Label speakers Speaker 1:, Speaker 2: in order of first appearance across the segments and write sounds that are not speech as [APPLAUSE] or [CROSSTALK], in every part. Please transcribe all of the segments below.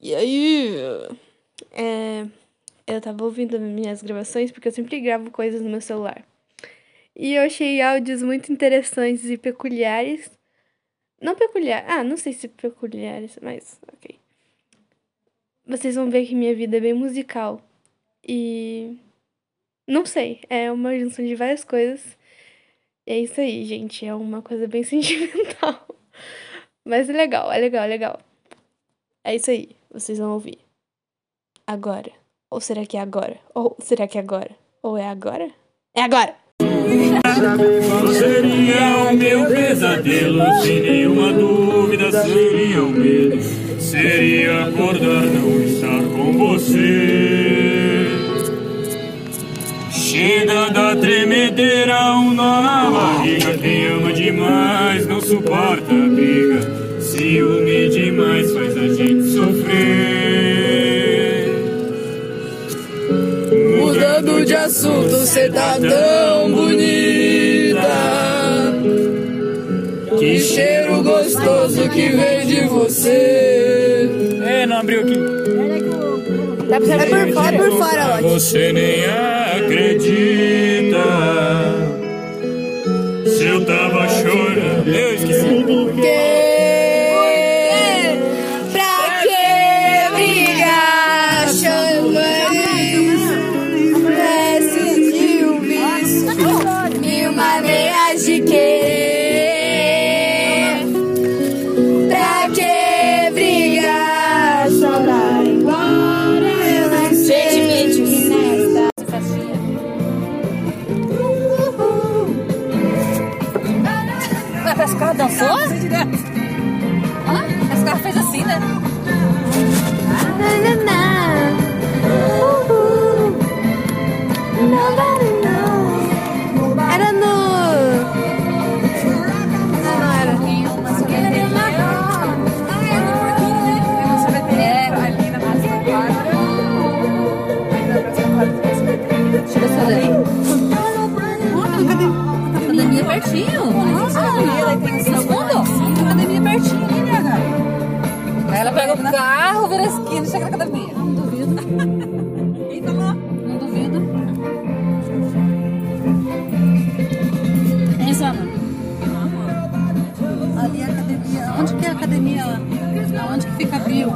Speaker 1: E aí, é, eu tava ouvindo minhas gravações porque eu sempre gravo coisas no meu celular. E eu achei áudios muito interessantes e peculiares. Não peculiar, ah, não sei se peculiares, mas ok. Vocês vão ver que minha vida é bem musical. E não sei, é uma junção de várias coisas. E é isso aí, gente, é uma coisa bem [LAUGHS] sentimental. Mas é legal, é legal, é legal. É isso aí, vocês vão ouvir. Agora. Ou será que é agora? Ou será que é agora? Ou é agora? É agora!
Speaker 2: Seria o meu pesadelo, sem nenhuma dúvida, seria o medo. Seria acordar, não estar com você. Chega da tremedeira, um nó na barriga. Quem ama demais não suporta a briga. Ciúme demais faz a gente sofrer.
Speaker 3: Mudando de assunto, cê tá tão bonita. Que cheiro gostoso que vem de você.
Speaker 2: É, não abriu aqui.
Speaker 4: Dá pra ser por fora, por fora, Loki.
Speaker 2: Você nem acredita. Se eu tava chorando, eu esqueci.
Speaker 4: quê? Pra que brigar? Chamando Parece de um vício Mil maneiras de querer Pra que brigar? Só dá embora Ela sente nessa
Speaker 5: Ué, parece que o carro dançou? Hã? Parece que o carro fez assim, né?
Speaker 1: Era no.
Speaker 5: Academia pertinho. Segundo? Academia pertinho, hein, Nega? Aí ela pega o carro, vira a esquina e chega na academia. Não duvido. Eita, lá. Não duvido. [LAUGHS] É isso, Ana. Ali é a academia. Onde que é a academia? Ana? Onde que fica a Bio?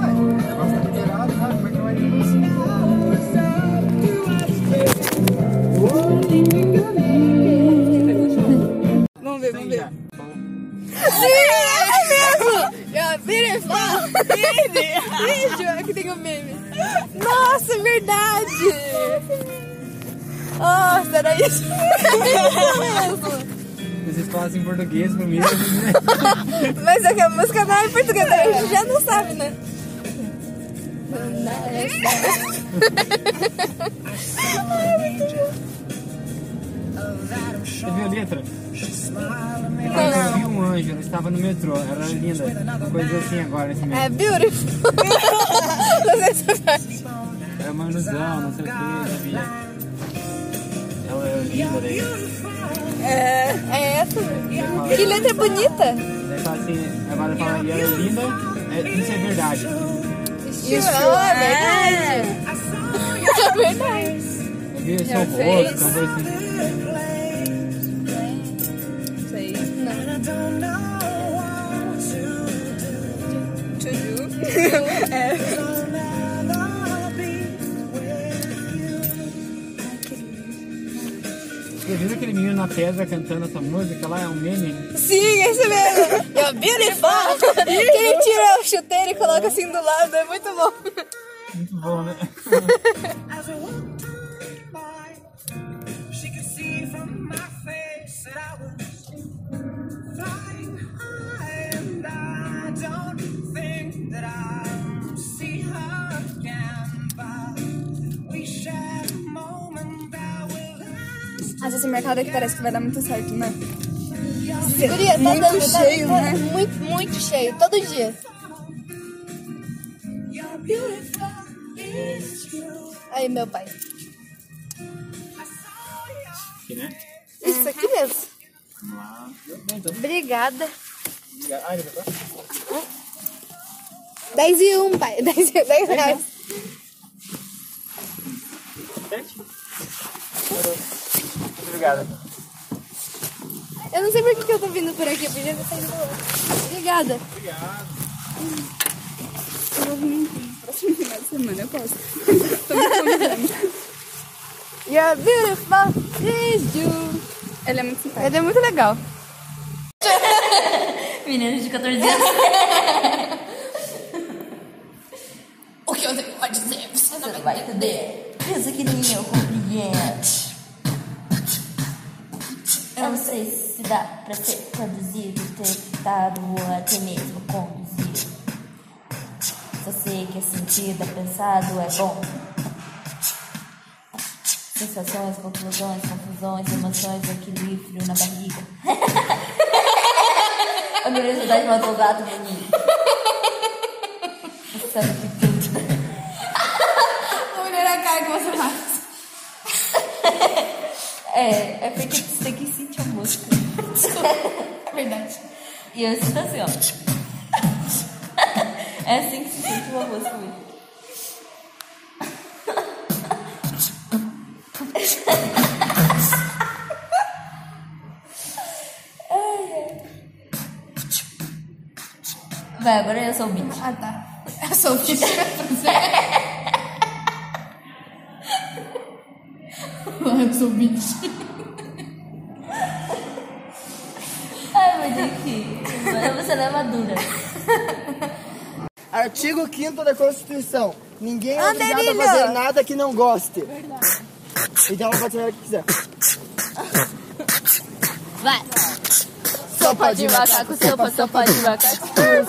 Speaker 4: Vamos ver, vamos ver. Sim, é mesmo! Já vira e fala. Meme! Vídeo, é que tem o meme. Nossa, é verdade! Nossa, era isso. É isso mesmo.
Speaker 6: Vocês falam assim em português comigo. né?
Speaker 4: [LAUGHS] Mas é que a música não é em português, a gente já não sabe, né?
Speaker 6: Você viu a letra? Eu vi um anjo, ela estava no metrô, era linda. Coisa assim agora, assim
Speaker 4: É
Speaker 6: mesmo.
Speaker 4: beautiful. [LAUGHS] Não sei se vai.
Speaker 6: Era É uma ilusão, não sei o que, sabia? Ela era linda, daí.
Speaker 4: É, é essa. Que letra bonita.
Speaker 6: Daí fala assim, agora fala, e ela é linda, é, isso é verdade.
Speaker 4: Isso, é verdade. É verdade.
Speaker 6: Eu vi é seu rosto, uma coisa assim. Você viu aquele menino na pedra cantando essa música lá? É um meme?
Speaker 4: Sim, é isso mesmo. You're
Speaker 6: [LAUGHS]
Speaker 4: beautiful. Que ele tira o chuteiro e coloca assim do lado, é muito bom.
Speaker 6: Muito bom, né?
Speaker 4: Mas esse mercado aqui parece que vai dar muito certo, né? Guria, tá muito cheio, né? Muito, muito cheio, todo dia. Aí, meu pai.
Speaker 6: Aqui, né?
Speaker 4: Isso aqui mesmo. Obrigada.
Speaker 6: Ah, ele vai lá?
Speaker 1: 10 e 1, pai. [LAUGHS] 10, e- 10 reais.
Speaker 6: Obrigado.
Speaker 1: Eu não sei por que que eu tô vindo por aqui, eu podia ter saído lá. Obrigada.
Speaker 5: Próximo final de semana eu posso.
Speaker 1: You're beautiful, please do.
Speaker 5: Ela é muito simpática.
Speaker 1: Ele é muito legal.
Speaker 7: Meninos de 14 anos. [LAUGHS] o que eu tenho pra dizer? Você não vai entender. Pensa que nem eu compreendo. Eu não sei se dá pra ser produzido, testado ou até mesmo conduzido. Só sei que é sentido, é pensado, é bom. Sensações, conclusões, confusões, emoções, equilíbrio na barriga. A curiosidade matou o gato [LAUGHS] bonito. Você sabe que tudo. A mulher é a cara que você faz. [LAUGHS] É, é porque você tem que sentir a música. É verdade. E eu sinto assim, ó. É assim que se sente uma música. Vai, agora eu sou o bicho.
Speaker 5: Ah, tá. Eu sou o bicho. Eu sou o bicho.
Speaker 7: Ai, meu Deus, que. Agora você leva dura.
Speaker 8: Artigo 5 da Constituição. Ninguém é obrigado a
Speaker 1: Anderilho!
Speaker 8: fazer nada que não goste. Então pode fazer o que quiser.
Speaker 7: Vai.
Speaker 8: Sopa de
Speaker 7: macaco, sopa, sopa de macaco.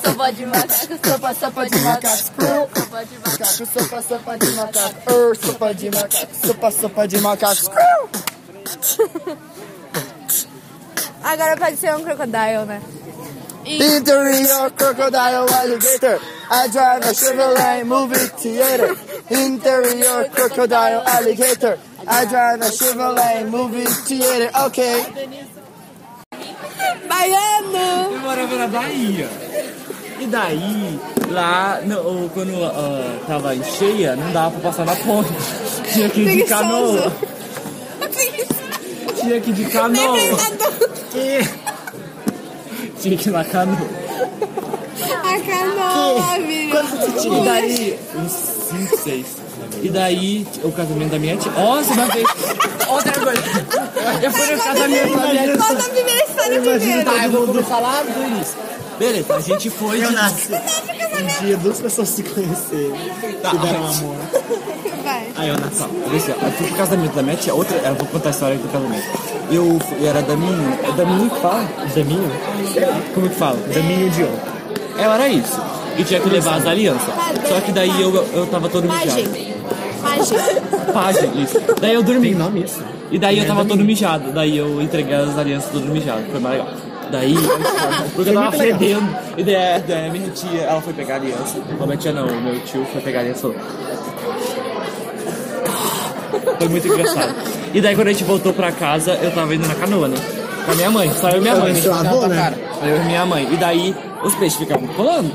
Speaker 7: Sopa de macaco, sopa, sopa de
Speaker 8: macaco.
Speaker 7: Sopa de macaco.
Speaker 8: macaco, sopa, sopa de macaco. Er, sopa de macaco, sopa, sopa de macaco.
Speaker 1: Agora pode ser um crocodile, né?
Speaker 8: Interior crocodile alligator. I drive a Chevrolet movie theater. Interior crocodile alligator. I drive a Chevrolet movie theater. Okay.
Speaker 1: Baiano!
Speaker 6: Eu morava na Bahia. E daí, lá, no- quando ah, tava em cheia, não dava pra passar na ponte. [LAUGHS] Tinha que ir de
Speaker 1: Preguiçoso. [LAUGHS]
Speaker 6: canoa. Tinha que ir de canoa. E- Tinha que ir na canoa.
Speaker 1: A canoa,
Speaker 8: Quanto
Speaker 6: E
Speaker 8: tinha?
Speaker 6: daí, uns 5, 6. E daí, o casamento da minha tia. Nossa, uma vez. Outra coisa. tá, Eu
Speaker 1: Tá
Speaker 6: fui no casamento da minha tia.
Speaker 1: Conta a primeira história primeiro.
Speaker 6: Tá, eu vou falar deles. Beleza, a gente foi.
Speaker 8: Eu
Speaker 6: de-
Speaker 8: nasci. Um dia duas pessoas se conheceram. Se deram [LAUGHS] amor.
Speaker 1: Vai.
Speaker 6: Aí eu nasci. Olha só, eu fui pro casamento da minha tia. Outra, eu vou contar a história do casamento. Eu fui- era da minha. é Da minha que fala? Da minha? Como que fala? Da minha de ouro. Eu era isso. E tinha que levar as alianças. Só que daí eu, eu tava todo mijado. Página, isso. Daí eu dormi.
Speaker 8: nome isso?
Speaker 6: E daí eu tava todo mijado. Daí eu entreguei as alianças todo mijado. Foi mais legal.
Speaker 8: [LAUGHS]
Speaker 6: Daí, porque eu tava
Speaker 8: muito legal.
Speaker 6: fedendo. E daí, é, daí a minha tia, ela foi pegar a aliança. Não, minha tia não, o meu tio foi pegar a aliança. [LAUGHS] e falou. Foi muito engraçado. E daí quando a gente voltou pra casa, eu tava indo na canoa, né? Com a minha mãe, só eu e minha
Speaker 8: Foi
Speaker 6: mãe.
Speaker 8: seu
Speaker 6: né?
Speaker 8: avô, né?
Speaker 6: Eu e minha mãe. E daí os peixes ficavam colando.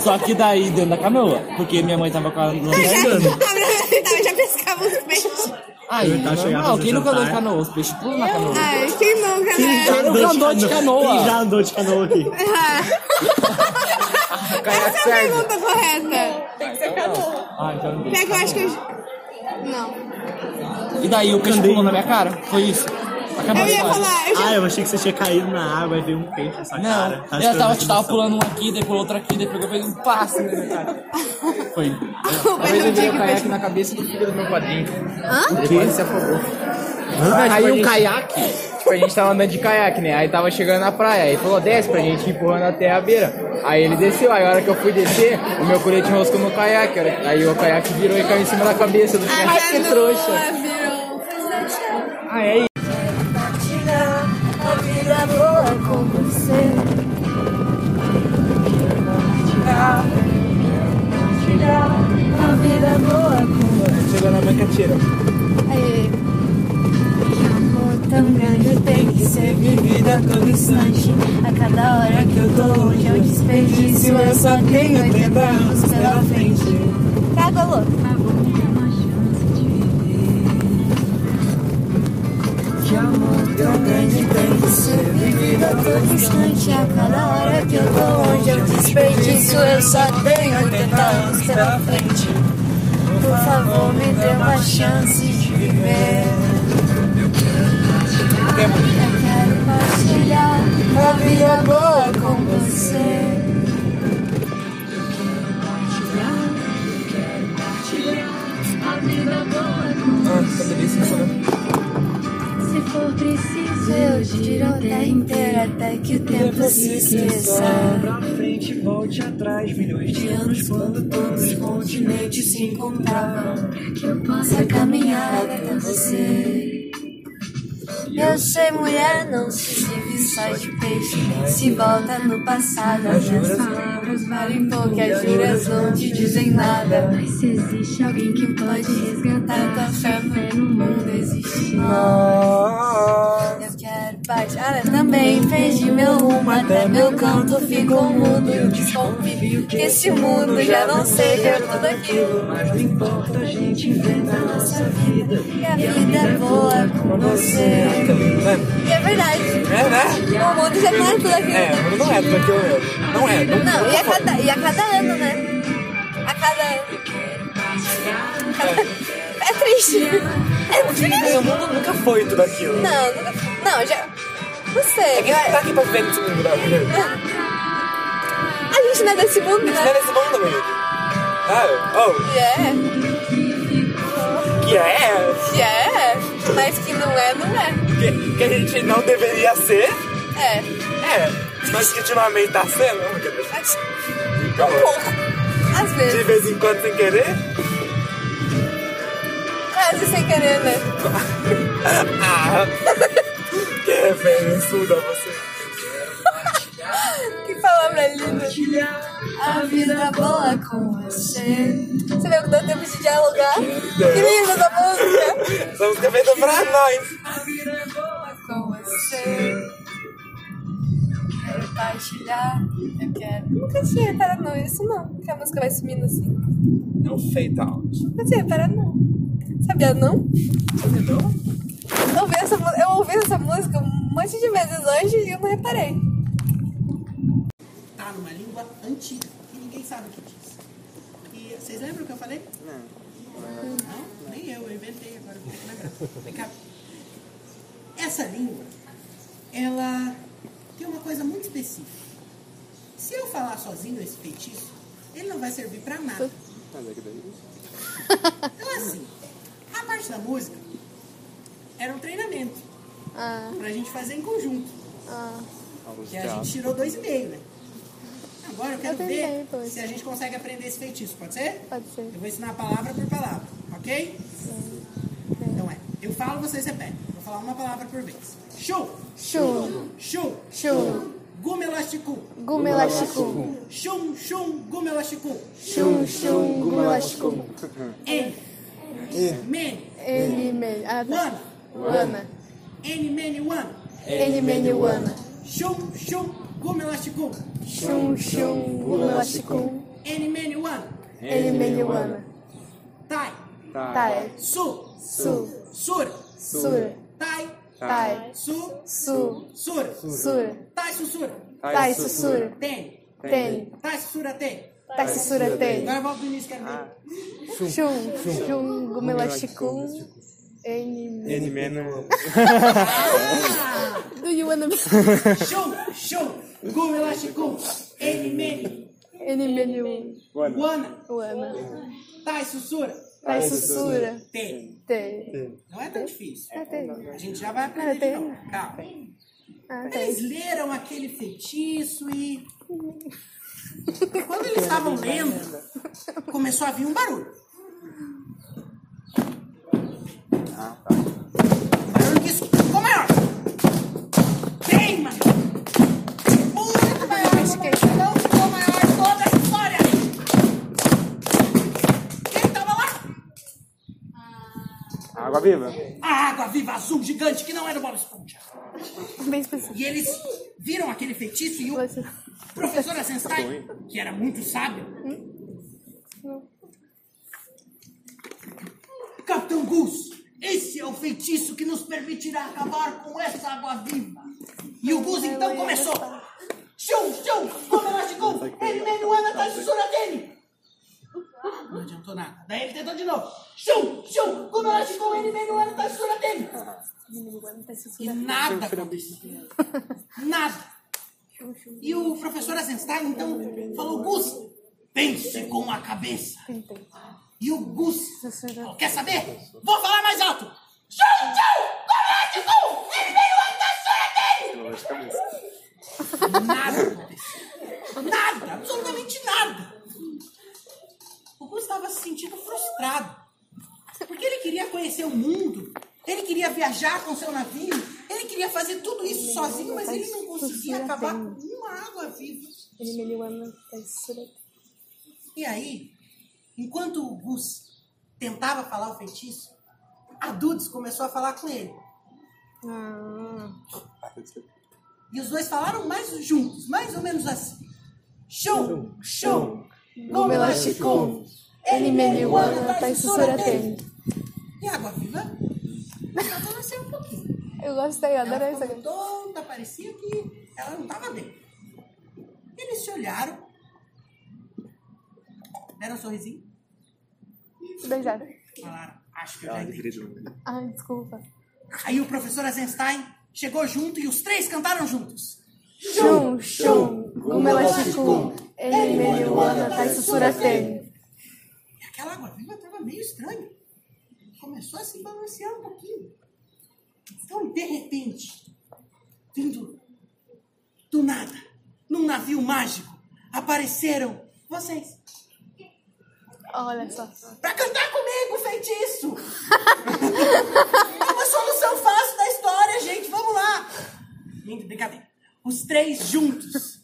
Speaker 6: Só que daí dentro da canoa, porque minha mãe tava com a lanterna.
Speaker 1: Eu já pescava os peixes.
Speaker 6: Aí,
Speaker 8: Tá chegando
Speaker 6: normal,
Speaker 8: no
Speaker 6: quem nunca andou de
Speaker 8: jantar.
Speaker 6: canoa? Os peixes pulam na canoa.
Speaker 1: Ai, quem nunca, né?
Speaker 6: Quem nunca andou de canoa?
Speaker 8: Quem já andou de canoa aqui?
Speaker 1: Essa é a pergunta correta.
Speaker 6: Ah, então não deu.
Speaker 1: Pior que eu acho que eu... Não.
Speaker 6: E daí o peixe pulou na minha cara? Foi isso. Acabou
Speaker 1: Eu
Speaker 6: a
Speaker 1: ia
Speaker 6: história.
Speaker 1: falar... eu já-
Speaker 8: Ah, eu achei que você tinha caído na água e veio um peixe nessa cara.
Speaker 6: Não, ela
Speaker 9: tipo,
Speaker 6: tava, tava pulando um aqui, daí pulou outro aqui, daí pegou fez um passe na minha
Speaker 8: [LAUGHS]
Speaker 6: cara.
Speaker 1: [LAUGHS]
Speaker 6: Foi.
Speaker 1: Talvez eu diga que
Speaker 6: na cabeça do filho do meu padrinho. Hã? Ele quase se afogou. Caiu um caiaque?
Speaker 9: Tipo, a gente tava andando de caiaque, né? Aí tava chegando na praia, aí falou, desce pra gente, empurrando até a beira. Aí ele desceu, aí a hora que eu fui descer, o meu colete roscou no caiaque. a hora- Aí o caiaque virou e caiu em cima da cabeça do caiaque.
Speaker 1: Ai, que trouxa.
Speaker 7: é é
Speaker 6: Chegou na minha catira.
Speaker 1: Ai, ai.
Speaker 7: tão grande tem que ser vivida a todo instante. A cada hora que eu tô longe é um desperdício. Eu só tenho 80 anos pela frente. Caga louco. Que amor tão grande tem que ser vivido a todo instante. A é cada hora que eu tô longe é um desperdício. Eu só tenho 80 anos pela frente. Por favor, me dê uma chance de viver. Eu quero partilhar a vida boa com você. Se for preciso, eu giro a terra inteira até que o tempo se esqueça.
Speaker 10: Pra frente, volte atrás, milhões
Speaker 7: de anos quando todos os continentes se encontravam. Que eu possa caminhar até você. Eu sei, mulher, não se vive só de peixe. Se volta no passado, as minhas palavras valem pouco. e As juras não te dizem nada. Mas se existe alguém que pode resgatar tua fé, fé no mundo existe. Eu quero batalha também, perdi meu rumo até meu canto ficou mudo. Eu desconfio que esse mundo já não seja tudo aquilo. Mas não importa, a gente inventa a nossa vida. E a vida é boa com você. E é verdade.
Speaker 4: É, né?
Speaker 7: O mundo já não é tudo aquilo.
Speaker 4: É,
Speaker 6: Não é, porque eu. Não é, não
Speaker 7: Não, e a cada, e a cada ano, né? A cada ano. É triste. É triste.
Speaker 11: O mundo nunca foi tudo aquilo.
Speaker 7: Não, nunca- não, já. Não sei.
Speaker 11: Ninguém tá aqui pra viver nesse mundo, né?
Speaker 7: A gente não é desse mundo, né?
Speaker 11: Não é nesse mundo, amigo. Ah,
Speaker 7: Yeah.
Speaker 11: oh, que é?
Speaker 7: Yeah. Mas que não é, não é.
Speaker 11: Que, que a gente não deveria ser,
Speaker 7: É.
Speaker 11: é. Mas que ultimamente tá sendo.
Speaker 7: Um pouco. Às vezes.
Speaker 11: Então, De vez em quando, sem querer.
Speaker 7: Quase sem querer, né?
Speaker 11: [LAUGHS] Ah, que referência a você.
Speaker 7: [LAUGHS] Que palavra linda. A vida tá boa com você. Você viu que deu tempo de dialogar? Que linda essa música.
Speaker 11: Essa música é feita pra nós.
Speaker 7: A vida é boa com você. Quero partilhar. Eu quero. Nunca tinha reparado, não, isso não. Que a música vai sumindo assim.
Speaker 11: É um fade out.
Speaker 7: Nunca tinha reparado, não. Sabia, não? Eu ouvi essa, mu- eu ouvi essa música um monte de vezes hoje e eu não reparei.
Speaker 12: Tá numa língua antiga, que ninguém sabe o que diz. E vocês lembram o que eu falei? Não. Não? Nem eu, eu inventei agora, vou lembrar. Vem cá. Essa língua, ela tem uma coisa muito específica. Se eu falar sozinho esse feitiço, ele não vai servir pra nada. é Então, assim, a parte da música era um treinamento pra gente fazer em conjunto. Que a gente tirou dois e meio, né? Agora eu quero ver se a gente consegue aprender esse feitiço, pode ser? Pode ser. Eu vou ensinar palavra por palavra, ok? Então é, eu falo, vocês repetem. Vou falar uma palavra por vez. Show!
Speaker 1: Show.
Speaker 12: Show!
Speaker 1: Show.
Speaker 12: Gume elástico!
Speaker 1: Gume elástico.
Speaker 12: Shum, shum, gume elástico!
Speaker 1: Chum, chum, gume elástico.
Speaker 12: Ele! Men!
Speaker 1: Ele, me... Ah,
Speaker 12: One!
Speaker 1: tá. Wana.
Speaker 12: Any, many, one!
Speaker 1: Ele, meni, wana.
Speaker 12: Shum, shum, gume elástico!
Speaker 1: Chum, chum, gume elástico.
Speaker 12: Any, many, one!
Speaker 1: Ele, meni, wana.
Speaker 12: Tai!
Speaker 1: Tai.
Speaker 12: Su!
Speaker 1: Su.
Speaker 12: Sura!
Speaker 1: Sura.
Speaker 12: Tai!
Speaker 1: Tai.
Speaker 12: Su!
Speaker 1: Su.
Speaker 12: Sura!
Speaker 1: Sura.
Speaker 12: Tai, sussura!
Speaker 1: Tai, sussura.
Speaker 12: Tem!
Speaker 1: Tem.
Speaker 12: Tai, sussura, Tá, tem!
Speaker 1: Tai, sussura, tem.
Speaker 12: Agora volta do início, quero ver.
Speaker 1: Chum, chum, gume elástico. N.
Speaker 11: N menos.
Speaker 1: Do you wanna be?
Speaker 12: Show, show, gume elástico, N, many,
Speaker 1: Ele, meni, wana.
Speaker 12: one,
Speaker 1: Wana.
Speaker 12: tai, sussura,
Speaker 1: Tai, sussura.
Speaker 12: Tá, tem.
Speaker 1: Tem.
Speaker 12: Não é tão difícil.
Speaker 1: Ah, tem.
Speaker 12: A gente já vai
Speaker 1: Ah,
Speaker 12: aprender de
Speaker 1: tem.
Speaker 12: novo. Calma.
Speaker 1: Ah,
Speaker 12: Eles
Speaker 1: tem.
Speaker 12: leram aquele feitiço
Speaker 1: [LAUGHS]
Speaker 12: e. Quando eles estavam lendo, começou a vir um barulho. Ah, tá. Um barulho que ficou maior. Queima! Muito maior! Não ficou maior toda a história! Quem tava lá?
Speaker 11: Água viva?
Speaker 12: A água viva azul gigante que não era o Bob Esponja. E eles viram aquele feitiço e o professor Asenstein, que era muito sábio, Capitão Gus, esse é o feitiço que nos permitirá acabar com essa água viva. E o Gus então começou. Chum, chum, como elástico, ele mesmo é na tesoura dele. Não adiantou nada. Daí ele tentou de novo. Chum, chum, como elástico, ele mesmo é na tesoura dele. E nada acontecia. Nada. E o professor Asenstein então falou, Gus, pense com a cabeça. E o Gus, "Oh, quer saber? Vou falar mais alto. Chum, chum, como é elástico, ele mesmo é na tesoura dele. assim? Nada, absolutamente nada. O Gus estava se sentindo frustrado. Porque ele queria conhecer o mundo, ele queria viajar com seu navio, ele queria fazer tudo isso sozinho, mas ele não conseguia acabar com uma água viva. E aí, enquanto o Gus tentava falar o feitiço, a Dudes começou a falar com ele. E os dois falaram mais juntos, mais ou menos assim. Show, show, como elástico. Ele meio ano, tá
Speaker 4: atende.
Speaker 12: E a água viva? Ela nasceu um pouquinho.
Speaker 4: Eu gostei, eu adorei isso
Speaker 12: Ela
Speaker 4: aqui.
Speaker 12: ficou tonta, parecia que ela não estava bem. Eles se olharam, deram um sorrisinho,
Speaker 4: Beijaram.
Speaker 12: falaram, acho que eu já entendi.
Speaker 4: Ai, desculpa.
Speaker 12: Aí o professor Eisenstein chegou junto e os três cantaram juntos.
Speaker 4: Chum, chum, como elástico. Ele meio ano, tá sussuratendo.
Speaker 12: E aquela água viva estava meio estranha. Começou a se balancear um pouquinho. Então, de repente, vindo do nada, num navio mágico, apareceram vocês.
Speaker 4: Olha só.
Speaker 12: Pra cantar comigo, feitiço! é uma solução fácil da história, gente. Vamos lá! Lindo, brincadeira. Os três juntos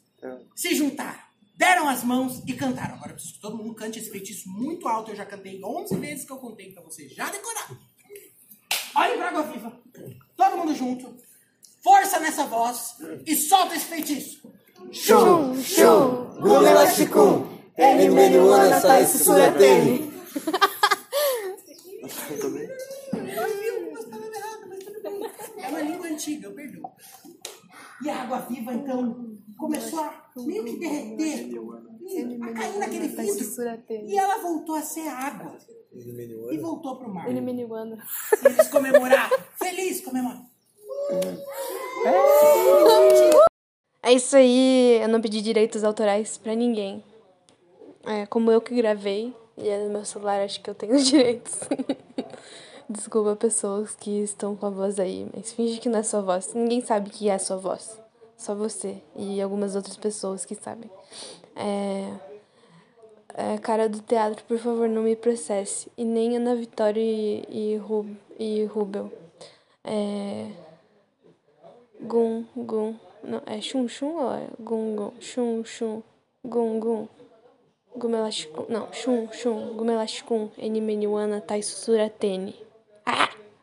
Speaker 12: se juntaram, deram as mãos e cantaram. Agora eu preciso que todo mundo cante esse feitiço muito alto. Eu já cantei 11 vezes que eu contei pra vocês já decoraram. Olhem pra água viva. Todo mundo junto. Força nessa voz e solta esse feitiço.
Speaker 8: Chum, chum, como elástico. Ele meio ano, tá sussuratendo.
Speaker 12: É uma língua antiga, eu perdoo. E a água viva, então, começou a meio que derreter, a cair naquele vidro. E ela voltou a ser água. E voltou pro mar.
Speaker 4: Ele meio ano.
Speaker 12: Eles comemoraram. Feliz comemorar.
Speaker 1: É isso aí, eu não pedi direitos autorais pra ninguém. É, como eu que gravei, e é no meu celular acho que eu tenho [LAUGHS] os direitos. Desculpa pessoas que estão com a voz aí, mas finge que não é sua voz. Ninguém sabe que é a sua voz. Só você e algumas outras pessoas que sabem. É... é, cara do teatro, por favor, não me processe. E nem Ana Vitória e, e, Ru- e Rubel. É... Gum, gum. Não, é chum, chum ou é gum, gum? Chum, chum. Gum, gum. um, Gumelasticum. Não, chum, chum. Gumelasticum. Enimeniuana tai sussuratene. Ah!